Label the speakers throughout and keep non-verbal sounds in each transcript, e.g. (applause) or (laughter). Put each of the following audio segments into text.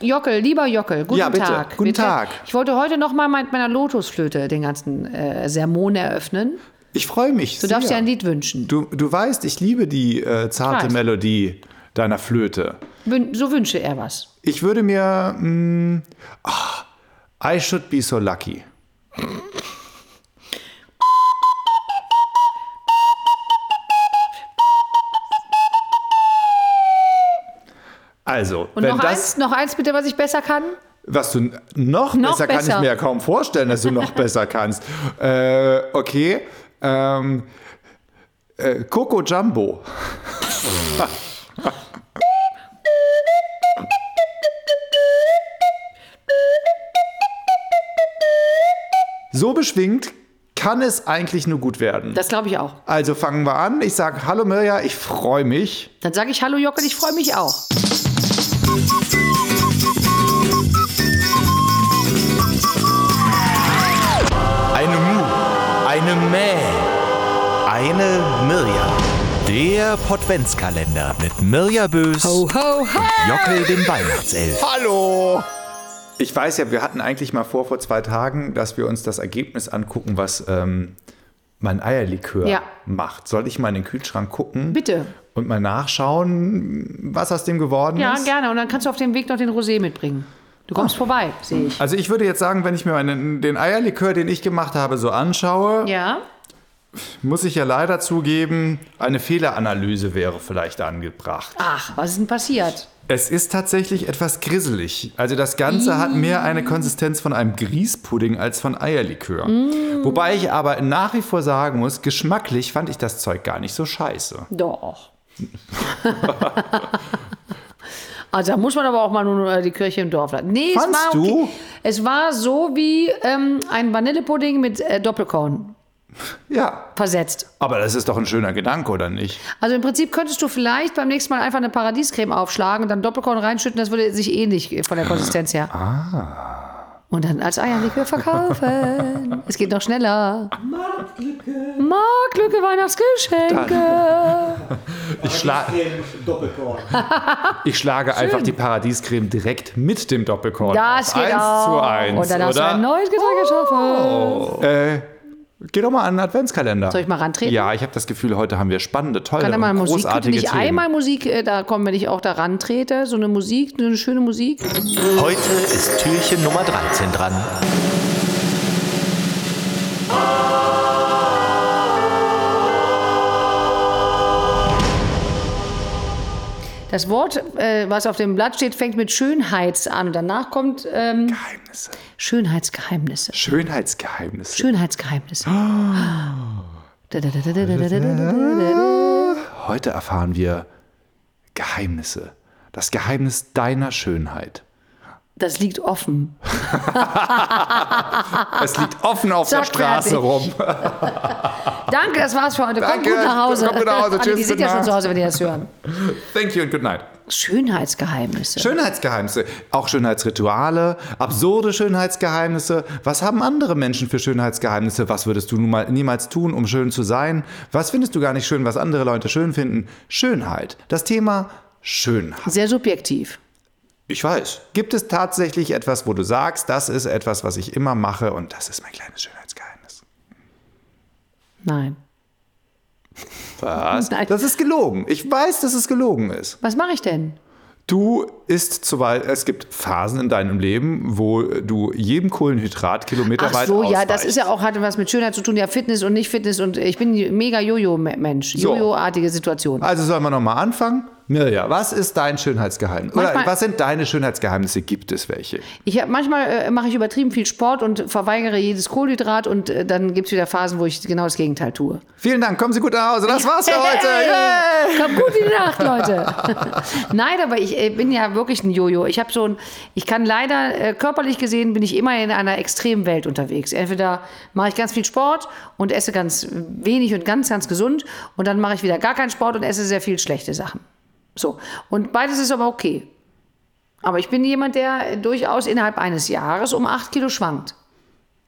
Speaker 1: Jockel, lieber Jockel, guten
Speaker 2: Ja, bitte.
Speaker 1: Tag.
Speaker 2: Guten
Speaker 1: Wir-
Speaker 2: Tag.
Speaker 1: Ich wollte heute nochmal mit meiner Lotusflöte den ganzen äh, Sermon eröffnen.
Speaker 2: Ich freue mich.
Speaker 1: Du darfst
Speaker 2: sehr.
Speaker 1: dir ein Lied wünschen.
Speaker 2: Du, du weißt, ich liebe die äh, zarte
Speaker 1: Weiß.
Speaker 2: Melodie deiner Flöte.
Speaker 1: Wün- So wünsche er was.
Speaker 2: Ich würde mir. Mh, ah, I should be so lucky. Also,
Speaker 1: Und
Speaker 2: Also, wenn
Speaker 1: noch
Speaker 2: das,
Speaker 1: eins, noch eins bitte, was ich besser kann.
Speaker 2: was du n- noch,
Speaker 1: Noch
Speaker 2: besser, kann
Speaker 1: besser.
Speaker 2: ich mir ja kaum vorstellen, dass du noch besser kannst. Äh, okay. Ähm, äh, Coco Jumbo. (laughs) So beschwingt kann es eigentlich nur gut werden.
Speaker 1: Das glaube ich auch.
Speaker 2: Also fangen wir an. Ich sage Hallo Mirja, ich freue mich.
Speaker 1: Dann sage ich Hallo Jockel, ich freue mich auch.
Speaker 3: Eine Mu, eine Mäh, eine Mirja. Der Potwenzkalender mit Mirja Bös
Speaker 1: Oh, ho, ho!
Speaker 3: und Jockel dem Weihnachtself.
Speaker 2: Hallo! Ich weiß ja, wir hatten eigentlich mal vor, vor zwei Tagen, dass wir uns das Ergebnis angucken, was ähm, mein Eierlikör
Speaker 1: Ja.
Speaker 2: macht. Soll ich mal in den Kühlschrank gucken
Speaker 1: Bitte.
Speaker 2: und mal nachschauen, was aus dem geworden
Speaker 1: Ja,
Speaker 2: ist?
Speaker 1: gerne. Und dann kannst du auf dem Weg noch den Rosé mitbringen. Du kommst vorbei, sehe ich.
Speaker 2: Also ich würde jetzt sagen, wenn ich mir meinen, den Eierlikör, den ich gemacht habe, so anschaue,
Speaker 1: Ja,
Speaker 2: muss ich ja leider zugeben, eine Fehleranalyse wäre vielleicht angebracht.
Speaker 1: Ach, was ist denn passiert?
Speaker 2: Es ist tatsächlich etwas grisselig. Also das Ganze hat mehr eine Konsistenz von einem Grießpudding als von Eierlikör.
Speaker 1: Mm.
Speaker 2: Wobei ich aber nach wie vor sagen muss, geschmacklich fand ich das Zeug gar nicht so scheiße.
Speaker 1: Doch. (laughs) also da muss man aber auch mal nur äh, die Kirche im Dorf lassen. Nee,
Speaker 2: Fandst
Speaker 1: es war
Speaker 2: du?
Speaker 1: okay. Es war so wie ähm, ein Vanillepudding mit äh, Doppelkorn
Speaker 2: Ja,
Speaker 1: versetzt.
Speaker 2: aber das ist doch ein schöner Gedanke, oder nicht?
Speaker 1: Also im Prinzip könntest du vielleicht beim nächsten Mal einfach eine Paradiescreme aufschlagen und dann Doppelkorn reinschütten. Das würde sich ähnlich äh, von der Konsistenz her. Ah. Und dann als Eierlikör
Speaker 2: (laughs)
Speaker 1: verkaufen. es geht noch schneller. Marktlücke. Marktlücke, Weihnachtsgeschenke.
Speaker 2: Ich, schla ich schlage einfach die Paradiescreme direkt mit dem Doppelkorn.
Speaker 1: Das
Speaker 2: auf.
Speaker 1: geht
Speaker 2: eins
Speaker 1: auch.
Speaker 2: zu eins,
Speaker 1: Und dann hast du
Speaker 2: oder? Oh.
Speaker 1: ein neues Getränk geschaffen.
Speaker 2: Geh doch mal an den Adventskalender.
Speaker 1: Soll ich mal rantreten?
Speaker 2: Ja, ich habe das Gefühl, heute haben wir spannende, tolle,
Speaker 1: Kann da mal
Speaker 2: und
Speaker 1: Musik, könnte
Speaker 2: großartige
Speaker 1: nicht
Speaker 2: Themen.
Speaker 1: einmal Musik äh, da kommen, wenn ich auch da rantrete? So eine Musik, so eine schöne Musik.
Speaker 3: Heute ist Türchen Nummer 13 dran.
Speaker 1: Das Wort, äh, was auf dem Blatt steht, fängt mit Schönheits an und danach kommt ähm,
Speaker 2: Geheimnisse.
Speaker 1: Schönheitsgeheimnisse.
Speaker 2: Schönheitsgeheimnisse.
Speaker 1: Schönheitsgeheimnisse.
Speaker 2: Ah.
Speaker 1: Da, da, da, da, da, da, da, da, da, da, da.
Speaker 2: Heute erfahren wir Geheimnisse. Das Geheimnis deiner Schönheit.
Speaker 1: Das liegt offen.
Speaker 2: Es liegt offen auf
Speaker 1: Zack,
Speaker 2: der Straße
Speaker 1: fertig.
Speaker 2: rum.
Speaker 1: Danke, das war's für heute. Kommt
Speaker 2: Danke,
Speaker 1: gut nach Hause.
Speaker 2: kommt gut
Speaker 1: (laughs)
Speaker 2: nach Hause.
Speaker 1: Ah, nee,
Speaker 2: Tschüss,
Speaker 1: die sind
Speaker 2: guten
Speaker 1: ja schon
Speaker 2: Nacht.
Speaker 1: zu Hause, wenn die das hören.
Speaker 2: Thank you and good night.
Speaker 1: Schönheitsgeheimnisse.
Speaker 2: Schönheitsgeheimnisse, auch Schönheitsrituale, absurde Schönheitsgeheimnisse. Was haben andere Menschen für Schönheitsgeheimnisse? Was würdest du nun mal niemals tun, um schön zu sein? Was findest du gar nicht schön, was andere Leute schön finden? Schönheit. Das Thema Schönheit.
Speaker 1: Sehr subjektiv.
Speaker 2: Ich weiß. Gibt es tatsächlich etwas, wo du sagst, das ist etwas, was ich immer mache und das ist mein kleines Schönheitsgeheimnis?
Speaker 1: Nein.
Speaker 2: Was?
Speaker 1: Nein.
Speaker 2: Das ist gelogen. Ich weiß, dass es gelogen ist.
Speaker 1: Was mache ich denn?
Speaker 2: Du isst zuweilen, es gibt Phasen in deinem Leben, wo du jedem Kohlenhydrat
Speaker 1: Ach
Speaker 2: kilometerweit
Speaker 1: so, ja,
Speaker 2: ausweichst.
Speaker 1: das ist ja auch hatte was mit Schönheit zu tun, ja Fitness und nicht Fitness und ich bin ein mega Jojo-Mensch,
Speaker 2: So.
Speaker 1: Jojo-artige Situation.
Speaker 2: Also sollen wir nochmal anfangen? Mirja, was ist dein Schönheitsgeheimnis? Oder
Speaker 1: Manchmal-
Speaker 2: was sind deine Schönheitsgeheimnisse? Gibt es welche?
Speaker 1: Ich hab, manchmal äh, mache ich übertrieben viel Sport und verweigere jedes Kohlenhydrat und äh, dann gibt es wieder Phasen, wo ich genau das Gegenteil tue.
Speaker 2: Vielen Dank, kommen Sie gut nach Hause. Das
Speaker 1: (laughs)
Speaker 2: war's für heute. Yay!
Speaker 1: Hey, Kommt gut in die Nacht, Leute. (laughs) Nein, aber ich äh, bin ja wirklich ein Jojo. Ich habe so ein, ich kann leider äh, körperlich gesehen bin ich immer in einer extremen Welt unterwegs. Entweder mache ich ganz viel Sport und esse ganz wenig und ganz ganz gesund und dann mache ich wieder gar keinen Sport und esse sehr viel schlechte Sachen. So und beides ist aber okay. Aber ich bin jemand, der äh, durchaus innerhalb eines Jahres um acht Kilo schwankt.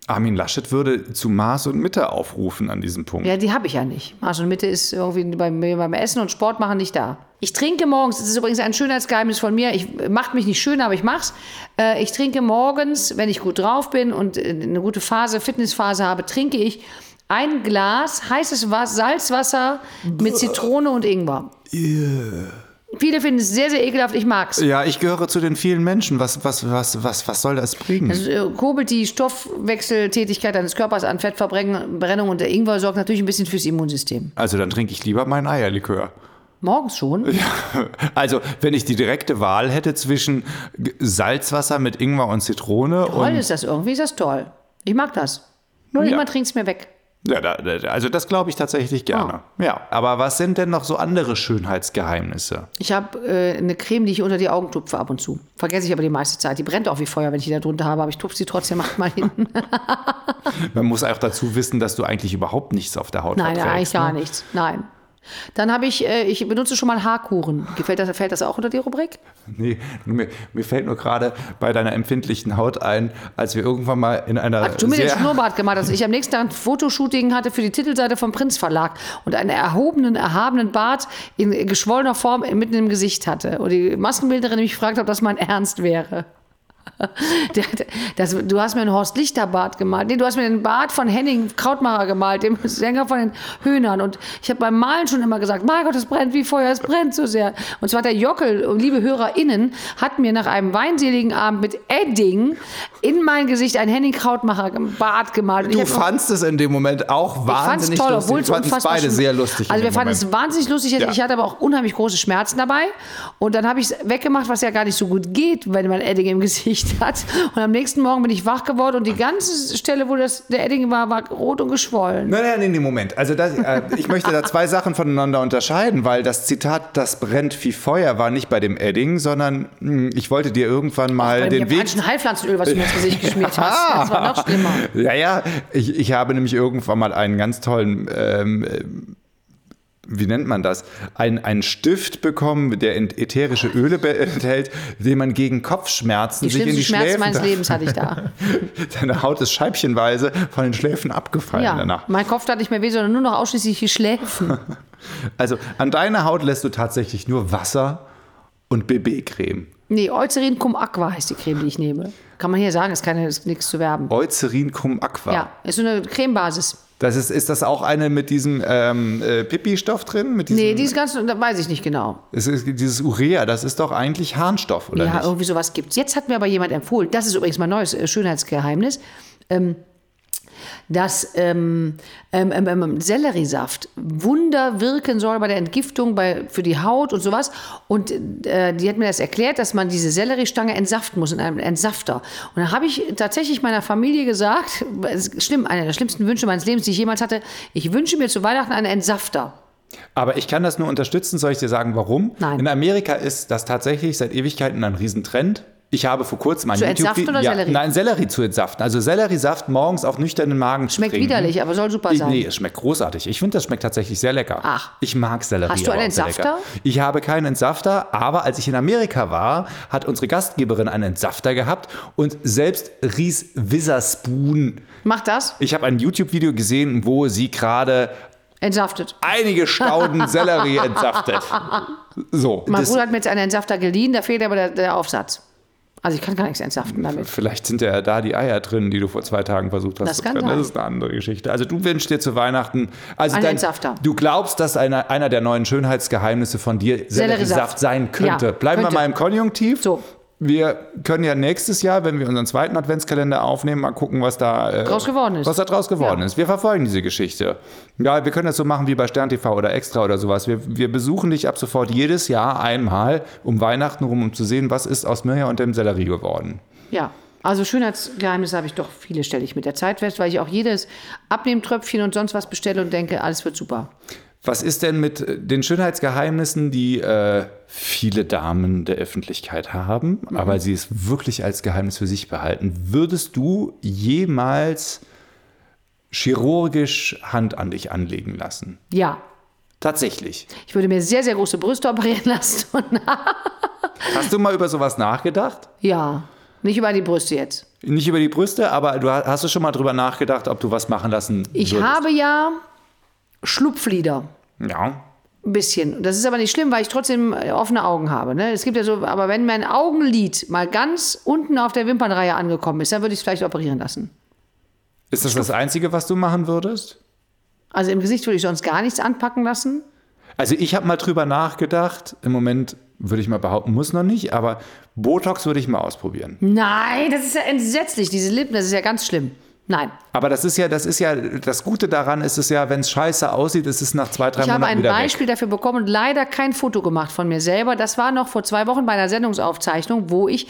Speaker 2: Armin Laschet würde zu Maß und Mitte aufrufen an diesem Punkt.
Speaker 1: Ja, die habe ich ja nicht. Marsch und Mitte ist irgendwie bei mir beim Essen und Sport machen nicht da. Ich trinke morgens, das ist übrigens ein Schönheitsgeheimnis von mir, ich, macht mich nicht schön, aber ich mach's. Äh, ich trinke morgens, wenn ich gut drauf bin und äh, eine gute Phase, Fitnessphase habe, trinke ich ein Glas heißes Was Salzwasser mit Zitrone und Ingwer. Viele finden es sehr, sehr ekelhaft, ich mag's.
Speaker 2: Ja, ich gehöre zu den vielen Menschen. Was, was, was, was, was soll das bringen?
Speaker 1: Es, äh, kurbelt die Stoffwechseltätigkeit deines Körpers an Fettverbrennung und der Ingwer sorgt natürlich ein bisschen fürs Immunsystem.
Speaker 2: Also dann trinke ich lieber meinen Eierlikör.
Speaker 1: Morgens schon?
Speaker 2: Also, wenn ich die direkte Wahl hätte zwischen G- Salzwasser mit Ingwer und Zitrone
Speaker 1: Toll
Speaker 2: und
Speaker 1: ist das irgendwie, ist das toll. Ich mag das.
Speaker 2: ja.
Speaker 1: Niemand trinkt's mir weg.
Speaker 2: ja, da, da, also das glaube ich tatsächlich gerne.
Speaker 1: Oh.
Speaker 2: Ja, aber was sind denn noch so andere Schönheitsgeheimnisse?
Speaker 1: Ich habe äh, eine Creme, die ich unter die Augen tupfe ab und zu. Vergesse ich aber die meiste Zeit. Die brennt auch wie Feuer, wenn ich die da drunter habe, aber ich tupfe sie trotzdem (laughs) mal
Speaker 2: (laughs)
Speaker 1: hin.
Speaker 2: Man muss auch dazu wissen, dass du eigentlich überhaupt nichts auf der Haut
Speaker 1: Nein, eigentlich
Speaker 2: verträgst. ne?
Speaker 1: gar nichts. Nein. Dann habe ich, äh, ich benutze schon mal Haarkuren. Gefällt das, fällt das auch unter die Rubrik?
Speaker 2: Nee, mir, mir fällt nur gerade bei deiner empfindlichen Haut ein, als wir irgendwann mal in einer
Speaker 1: Hast du mir den
Speaker 2: Äh, sehr-
Speaker 1: Schnurrbart gemacht, dass ich am nächsten Tag ein Fotoshooting hatte für die Titelseite vom Prinz Verlag und einen erhobenen, erhabenen Bart in geschwollener Form mitten im Gesicht hatte. Und die Maskenbildnerin mich fragte, ob das mein Ernst wäre. (laughs) Der, der, das, du hast mir einen Horst Lichter Bart gemalt. Nee, du hast mir den Bart von Henning Krautmacher gemalt, dem Sänger von den Höhnern. Und ich habe beim Malen schon immer gesagt, mein Gott, es brennt wie Feuer, es brennt so sehr. Und zwar der Jockel, liebe HörerInnen, hat mir nach einem weinseligen Abend mit Edding in mein Gesicht einen Henning Krautmacher gem- Bart gemalt. Und ich
Speaker 2: Du
Speaker 1: hab noch-
Speaker 2: fandst es in dem Moment auch
Speaker 1: ich fand's
Speaker 2: wahnsinnig
Speaker 1: toll,
Speaker 2: lustig.
Speaker 1: obwohl es
Speaker 2: Wir fanden es
Speaker 1: unfassbar
Speaker 2: beide
Speaker 1: schlimm-
Speaker 2: sehr lustig.
Speaker 1: Also
Speaker 2: in
Speaker 1: wir
Speaker 2: dem
Speaker 1: fanden es
Speaker 2: Moment.
Speaker 1: wahnsinnig lustig.
Speaker 2: Ja.
Speaker 1: Ich hatte aber auch unheimlich große Schmerzen dabei. Und dann habe ich es weggemacht, was ja gar nicht so gut geht, wenn man Edding im Gesicht (laughs) hat. Und am nächsten Morgen bin ich wach geworden und die ganze Stelle, wo das, der Edding war, war rot und geschwollen.
Speaker 2: Nein, nein, nein, nee, Moment. Also das, äh, ich möchte da zwei Sachen voneinander unterscheiden, weil das Zitat, das brennt wie Feuer, war nicht bei dem Edding, sondern mh, ich wollte dir irgendwann mal
Speaker 1: Bei dem
Speaker 2: den Weg.
Speaker 1: japanischen Heilpflanzenöl, was du mir ins
Speaker 2: (laughs)
Speaker 1: Gesicht geschmiert hast. Das war noch schlimmer.
Speaker 2: Ja, ja, ich, ich habe nämlich irgendwann mal einen ganz tollen, ähm, äh, wie nennt man das, Ein, einen Stift bekommen, der in- ätherische Öle be- enthält, den man gegen Kopfschmerzen
Speaker 1: Die
Speaker 2: sich in
Speaker 1: schlimmsten
Speaker 2: die
Speaker 1: Schmerzen
Speaker 2: Schläfen...
Speaker 1: meines Lebens hatte ich
Speaker 2: (laughs)
Speaker 1: da.
Speaker 2: Deine Haut ist scheibchenweise von den Schläfen abgefallen
Speaker 1: Ja,
Speaker 2: danach.
Speaker 1: mein Kopf tat nicht mehr weh, sondern nur noch ausschließlich die
Speaker 2: (laughs)
Speaker 1: Schläfen.
Speaker 2: Also an deiner Haut lässt du tatsächlich nur Wasser und BB-Creme.
Speaker 1: Nee, Eucerin Cum Aqua heißt die Creme, die ich nehme. Kann man hier sagen, ist, keine, ist nichts zu
Speaker 2: Oh,
Speaker 1: werben.
Speaker 2: Eucerin cum aqua.
Speaker 1: Ja, ist so eine Cremebasis.
Speaker 2: Das ist, ist das auch eine mit diesem ähm, äh, Pipi-Stoff drin? Mit diesem,
Speaker 1: Nee, dieses ganze, da weiß ich nicht genau.
Speaker 2: es ist, dieses Urea, das ist doch eigentlich Harnstoff, oder
Speaker 1: ja,
Speaker 2: nicht?
Speaker 1: irgendwie sowas gibt's. Jetzt hat mir aber jemand empfohlen, das ist übrigens mein neues äh, Schönheitsgeheimnis, ähm, dass ähm, ähm, ähm, ähm, Selleriesaft Wunder wirken soll bei der Entgiftung bei, für die Haut und sowas. Und äh, die hat mir das erklärt, dass man diese Selleriestange entsaften muss in einem Entsafter. Und dann habe ich tatsächlich meiner Familie gesagt, es ist schlimm, einer der schlimmsten Wünsche meines Lebens, die ich jemals hatte, ich wünsche mir zu Weihnachten einen Entsafter.
Speaker 2: Aber ich kann das nur unterstützen, soll ich dir sagen, warum?
Speaker 1: Nein.
Speaker 2: In Amerika ist das tatsächlich seit Ewigkeiten ein Riesentrend. Ich habe vor kurzem ein
Speaker 1: Zu
Speaker 2: YouTube
Speaker 1: entsaften oder
Speaker 2: ja,
Speaker 1: Sellerie?
Speaker 2: Nein, Sellerie zu entsaften. Also Selleriesaft morgens auf nüchternen Magen zu
Speaker 1: Schmeckt
Speaker 2: trinken.
Speaker 1: widerlich, aber soll super
Speaker 2: Ich-
Speaker 1: sein.
Speaker 2: Nee, es schmeckt großartig. Ich finde, das schmeckt tatsächlich sehr lecker.
Speaker 1: Ach.
Speaker 2: Ich mag Sellerie.
Speaker 1: Hast du
Speaker 2: aber
Speaker 1: einen
Speaker 2: auch sehr
Speaker 1: Entsafter?
Speaker 2: lecker. Ich habe keinen Entsafter, aber als ich in Amerika war, hat unsere Gastgeberin einen Entsafter gehabt und selbst Reese Witherspoon.
Speaker 1: Macht das?
Speaker 2: Ich habe ein YouTube-Video gesehen, wo sie gerade
Speaker 1: Entsaftet.
Speaker 2: einige Stauden Sellerie entsaftet. So,
Speaker 1: Mein
Speaker 2: das,
Speaker 1: Bruder hat mir jetzt einen Entsafter geliehen, da fehlt aber der, der Aufsatz. Also ich kann gar nichts entsaften damit.
Speaker 2: vielleicht sind ja da die Eier drin, die du vor zwei Tagen versucht hast
Speaker 1: Das
Speaker 2: zu
Speaker 1: kann
Speaker 2: trennen.
Speaker 1: sein.
Speaker 2: Das ist eine andere Geschichte. Also du wünschst dir zu Weihnachten, also
Speaker 1: Einen
Speaker 2: dein,
Speaker 1: Entsafter.
Speaker 2: du glaubst, dass einer, einer der neuen Schönheitsgeheimnisse von dir
Speaker 1: Selleriesaft.
Speaker 2: Selleriesaft sein könnte.
Speaker 1: Ja,
Speaker 2: Bleiben
Speaker 1: könnte.
Speaker 2: wir mal im Konjunktiv.
Speaker 1: So.
Speaker 2: Wir können ja nächstes Jahr, wenn wir unseren zweiten Adventskalender aufnehmen, mal gucken, was da äh,
Speaker 1: Draus geworden ist.
Speaker 2: Was da draus geworden
Speaker 1: Ja.
Speaker 2: ist. Wir verfolgen diese Geschichte. Ja, wir können das so machen wie bei Stern TV oder Extra oder sowas. Wir, wir besuchen dich ab sofort jedes Jahr einmal um Weihnachten rum, um zu sehen, was ist aus Mirja und dem Sellerie geworden.
Speaker 1: Ja. Also Schönheitsgeheimnisse habe ich doch viele, stelle ich mit der Zeit fest, weil ich auch jedes Abnehmtröpfchen und sonst was bestelle und denke, alles wird super.
Speaker 2: Was ist denn mit äh, den Schönheitsgeheimnissen, die äh, viele Damen der Öffentlichkeit haben,
Speaker 1: Mhm.
Speaker 2: aber sie es wirklich als Geheimnis für sich behalten? Würdest du jemals chirurgisch Hand an dich anlegen lassen?
Speaker 1: Ja.
Speaker 2: Tatsächlich.
Speaker 1: Ich würde mir sehr, sehr große Brüste operieren (laughs) lassen. Und
Speaker 2: Hast du mal über sowas nachgedacht?
Speaker 1: ja. Nicht über die Brüste jetzt.
Speaker 2: Nicht über die Brüste, aber du hast, hast du schon mal drüber nachgedacht, ob du was machen lassen
Speaker 1: Ich
Speaker 2: würdest?
Speaker 1: habe ja Schlupflieder.
Speaker 2: Ja.
Speaker 1: Ein bisschen. Das ist aber nicht schlimm, weil ich trotzdem äh, offene Augen habe. Ne? Es gibt ja so, aber wenn mein Augenlid mal ganz unten auf der Wimpernreihe angekommen ist, dann würde ich es vielleicht operieren lassen.
Speaker 2: Ist das das Einzige, was du machen würdest?
Speaker 1: Also im Gesicht würde ich sonst gar nichts anpacken lassen.
Speaker 2: Also ich habe mal drüber nachgedacht. Im Moment würde ich mal behaupten, muss noch nicht, aber Botox würde ich mal ausprobieren.
Speaker 1: Hm. Nein, das ist ja entsetzlich. Diese Lippen, das ist ja ganz schlimm. Nein.
Speaker 2: Aber das ist ja, das ist ja, das Gute daran ist es ja, wenn es scheiße aussieht, ist es nach zwei, drei
Speaker 1: Ich
Speaker 2: Monaten
Speaker 1: habe ein
Speaker 2: wieder
Speaker 1: Beispiel dafür bekommen und leider kein Foto gemacht von mir selber. Das war noch vor zwei Wochen bei einer Sendungsaufzeichnung, wo ich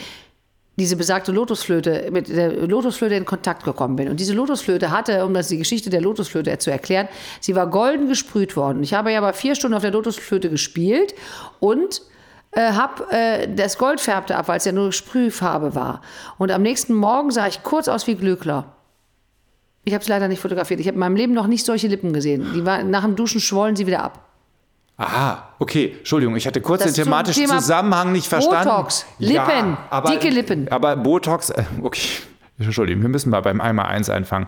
Speaker 1: diese besagte Lotusflöte mit der Lotusflöte in Kontakt gekommen bin. Und diese Lotusflöte hatte, um das die Geschichte der Lotusflöte zu erklären, sie war golden gesprüht worden. Ich habe ja aber vier Stunden auf der Lotusflöte gespielt und äh, habe äh, das Gold färbte ab, weil es ja nur Sprühfarbe war. Und am nächsten Morgen sah ich kurz aus wie Glöckler. Ich habe es leider nicht fotografiert. Ich habe in meinem Leben noch nicht solche Lippen gesehen. Die waren, nach dem Duschen schwollen sie wieder ab.
Speaker 2: weg. Aha, okay, Entschuldigung, ich hatte kurz
Speaker 1: Das
Speaker 2: den
Speaker 1: zum
Speaker 2: thematischen
Speaker 1: Thema
Speaker 2: Zusammenhang nicht verstanden.
Speaker 1: Botox, Lippen, dicke Lippen.
Speaker 2: Aber Botox, äh, okay, Entschuldigung, wir müssen mal beim Einmal eins anfangen.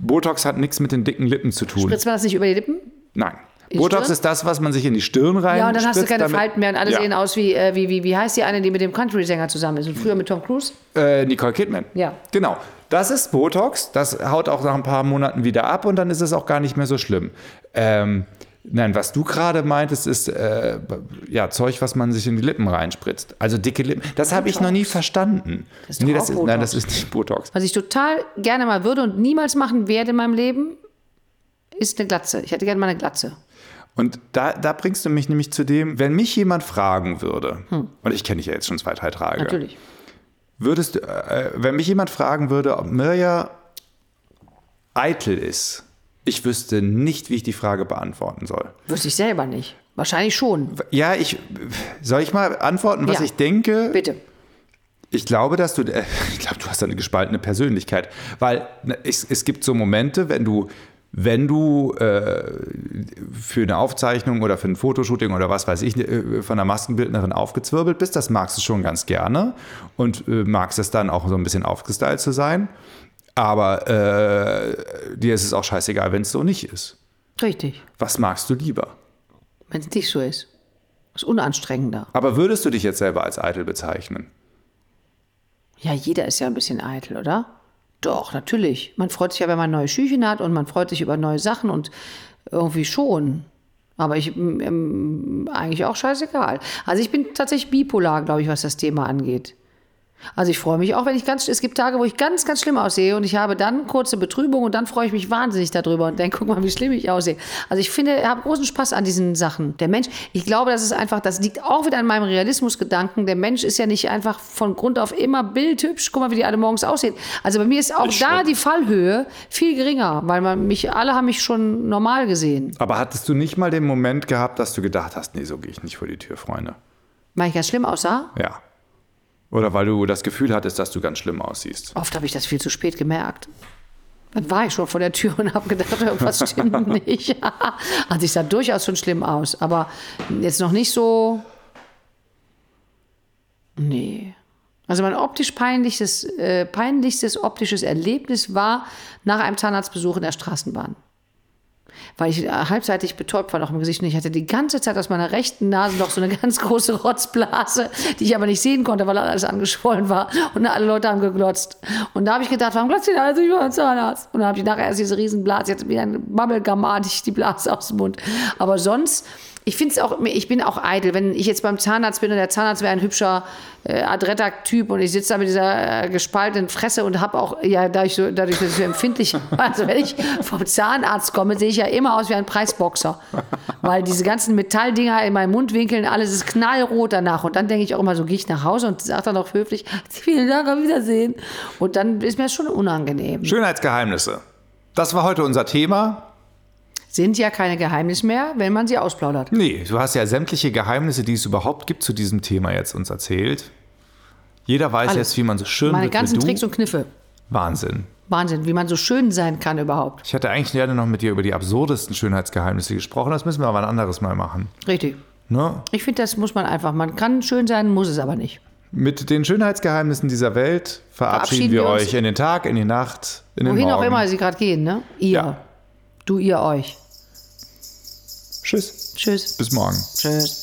Speaker 2: Botox hat nichts mit den dicken Lippen zu tun.
Speaker 1: Spritzt man das nicht über die Lippen?
Speaker 2: Nein.
Speaker 1: die
Speaker 2: Botox
Speaker 1: Stirn?
Speaker 2: ist das, was man sich in die Stirn rein.
Speaker 1: Ja, und dann hast du
Speaker 2: spritzt,
Speaker 1: keine
Speaker 2: damit-
Speaker 1: Falten mehr und alle
Speaker 2: ja.
Speaker 1: sehen aus wie, äh, wie, wie, wie heißt die eine, die mit dem Country-Sänger zusammen ist und früher mit Tom Cruise?
Speaker 2: Äh, Nicole Kidman.
Speaker 1: Ja.
Speaker 2: Genau. Das ist Botox. Das haut auch nach ein paar Monaten wieder ab und dann ist es auch gar nicht mehr so schlimm. Ähm, nein, was du gerade meintest, ist äh, ja Zeug, was man sich in die Lippen reinspritzt. Also dicke Lippen. Das habe ich noch nie verstanden.
Speaker 1: ist doch
Speaker 2: das
Speaker 1: auch
Speaker 2: ist,
Speaker 1: Botox.
Speaker 2: nein, das ist nicht Botox.
Speaker 1: Was ich total gerne mal würde und niemals machen werde in meinem Leben, ist eine Glatze. Ich hätte gerne mal eine Glatze.
Speaker 2: Und da, da bringst du mich nämlich zu dem, wenn mich jemand fragen würde, und ich kenne dich ja jetzt schon zwei, drei Tage,
Speaker 1: Hm. Natürlich.
Speaker 2: Würdest du, äh, wenn mich jemand fragen würde, ob Mirja eitel ist, ich wüsste nicht, wie ich die Frage beantworten soll.
Speaker 1: Wüsste ich selber nicht. Wahrscheinlich schon.
Speaker 2: Ja, ich soll ich mal antworten, was
Speaker 1: Ja.
Speaker 2: ich denke.
Speaker 1: Bitte.
Speaker 2: Ich glaube, dass du, äh, (laughs) ich glaube, du hast eine gespaltene Persönlichkeit, weil ne, es, es gibt so Momente, wenn du, wenn du äh, für eine Aufzeichnung oder für ein Fotoshooting oder was weiß ich äh, von einer Maskenbildnerin aufgezwirbelt bist, das magst du schon ganz gerne und äh, magst es dann auch so ein bisschen aufgestylt zu sein. Aber äh, dir ist es auch scheißegal, wenn es so nicht ist.
Speaker 1: Richtig.
Speaker 2: Was magst du lieber?
Speaker 1: Wenn es nicht so ist. Ist unanstrengender.
Speaker 2: Aber würdest du dich jetzt selber als eitel bezeichnen?
Speaker 1: Ja, jeder ist ja ein bisschen eitel, oder? Doch, natürlich. Man freut sich ja, wenn man neue Schüchen hat und man freut sich über neue Sachen und irgendwie schon. Aber ich m- m- eigentlich auch scheißegal. Also ich bin tatsächlich bipolar, glaube ich, was das Thema angeht. Also ich freue mich auch, wenn ich ganz, es gibt Tage, wo ich ganz, ganz schlimm aussehe und ich habe dann kurze Betrübung und dann freue ich mich wahnsinnig darüber und denke, guck mal, wie schlimm ich aussehe. Also ich finde, ich habe großen Spaß an diesen Sachen. Der Mensch, ich glaube, das ist einfach, das liegt auch wieder an meinem Realismusgedanken. Der Mensch ist ja nicht einfach von Grund auf immer bildhübsch. Guck mal, wie die alle morgens aussehen. Also bei mir ist auch da die Fallhöhe viel geringer, weil man mich, alle haben mich schon normal gesehen.
Speaker 2: Aber hattest du nicht mal den Moment gehabt, dass du gedacht hast, nee, so gehe ich nicht vor die Tür, Freunde?
Speaker 1: Weil ich ganz schlimm aussah.
Speaker 2: Ja. Oder weil du das Gefühl hattest, dass du ganz schlimm aussiehst.
Speaker 1: Oft habe ich das viel zu spät gemerkt. Dann war ich schon vor der Tür und habe gedacht, (laughs) irgendwas stimmt nicht. (laughs) also ich sah durchaus schon schlimm aus, aber jetzt noch nicht so. Nee. Also mein optisch peinlichstes, äh, peinlichstes optisches Erlebnis war nach einem Zahnarztbesuch in der Straßenbahn. Weil ich äh, halbseitig betäubt war noch im Gesicht und ich hatte die ganze Zeit aus meiner rechten Nase noch so eine (laughs) ganz große Rotzblase, die ich aber nicht sehen konnte, weil alles angeschwollen war und alle Leute haben geglotzt. Und da habe ich gedacht, warum glotzt ihr alle so über den Zahnarzt? Und dann habe ich nachher erst diese riesen Blase, jetzt wieder eine Bubblegum-artig die Blase aus dem Mund. Aber sonst, ich finde es auch, ich bin auch eitel. Wenn ich jetzt beim Zahnarzt bin und der Zahnarzt wäre ein hübscher äh, Adrettac-Typ und ich sitze da mit dieser äh, gespaltenen Fresse und habe auch, ja, dadurch, so, dadurch, dass ich so empfindlich (laughs) also wenn ich vom Zahnarzt komme, sehe ich ja immer aus wie ein Preisboxer. Weil diese ganzen Metalldinger in meinen Mundwinkeln, alles ist knallrot danach. Und dann denke ich auch immer so, gehe ich nach Hause und sage dann auch höflich, vielen Dank, auf Wiedersehen. Und dann ist mir das schon unangenehm.
Speaker 2: Schönheitsgeheimnisse. Das war heute unser Thema.
Speaker 1: Sind ja keine Geheimnisse mehr, wenn man sie ausplaudert.
Speaker 2: Nee, du hast ja sämtliche Geheimnisse, die es überhaupt gibt zu diesem Thema jetzt uns erzählt. Jeder weiß
Speaker 1: Alles.
Speaker 2: jetzt, wie man so schön
Speaker 1: Meine
Speaker 2: wird wie
Speaker 1: ganzen
Speaker 2: du.
Speaker 1: Tricks und Kniffe.
Speaker 2: Wahnsinn.
Speaker 1: Wahnsinn, wie man so schön sein kann überhaupt.
Speaker 2: Ich hätte eigentlich gerne noch mit dir über die absurdesten Schönheitsgeheimnisse gesprochen. Das müssen wir aber ein anderes Mal machen.
Speaker 1: Richtig.
Speaker 2: Ne?
Speaker 1: Ich finde, das muss man einfach. Man kann schön sein, muss es aber nicht.
Speaker 2: Mit den Schönheitsgeheimnissen dieser Welt verabschieden,
Speaker 1: Verabschieden
Speaker 2: wir
Speaker 1: wir uns.
Speaker 2: euch in den Tag, in die Nacht, in den
Speaker 1: Wohin
Speaker 2: Morgen.
Speaker 1: auch immer sie gerade gehen, ne? Ihr.
Speaker 2: Ja.
Speaker 1: Du, ihr, euch.
Speaker 2: Tschüss,
Speaker 1: Tschüss.
Speaker 2: bis morgen.
Speaker 1: Tschüss.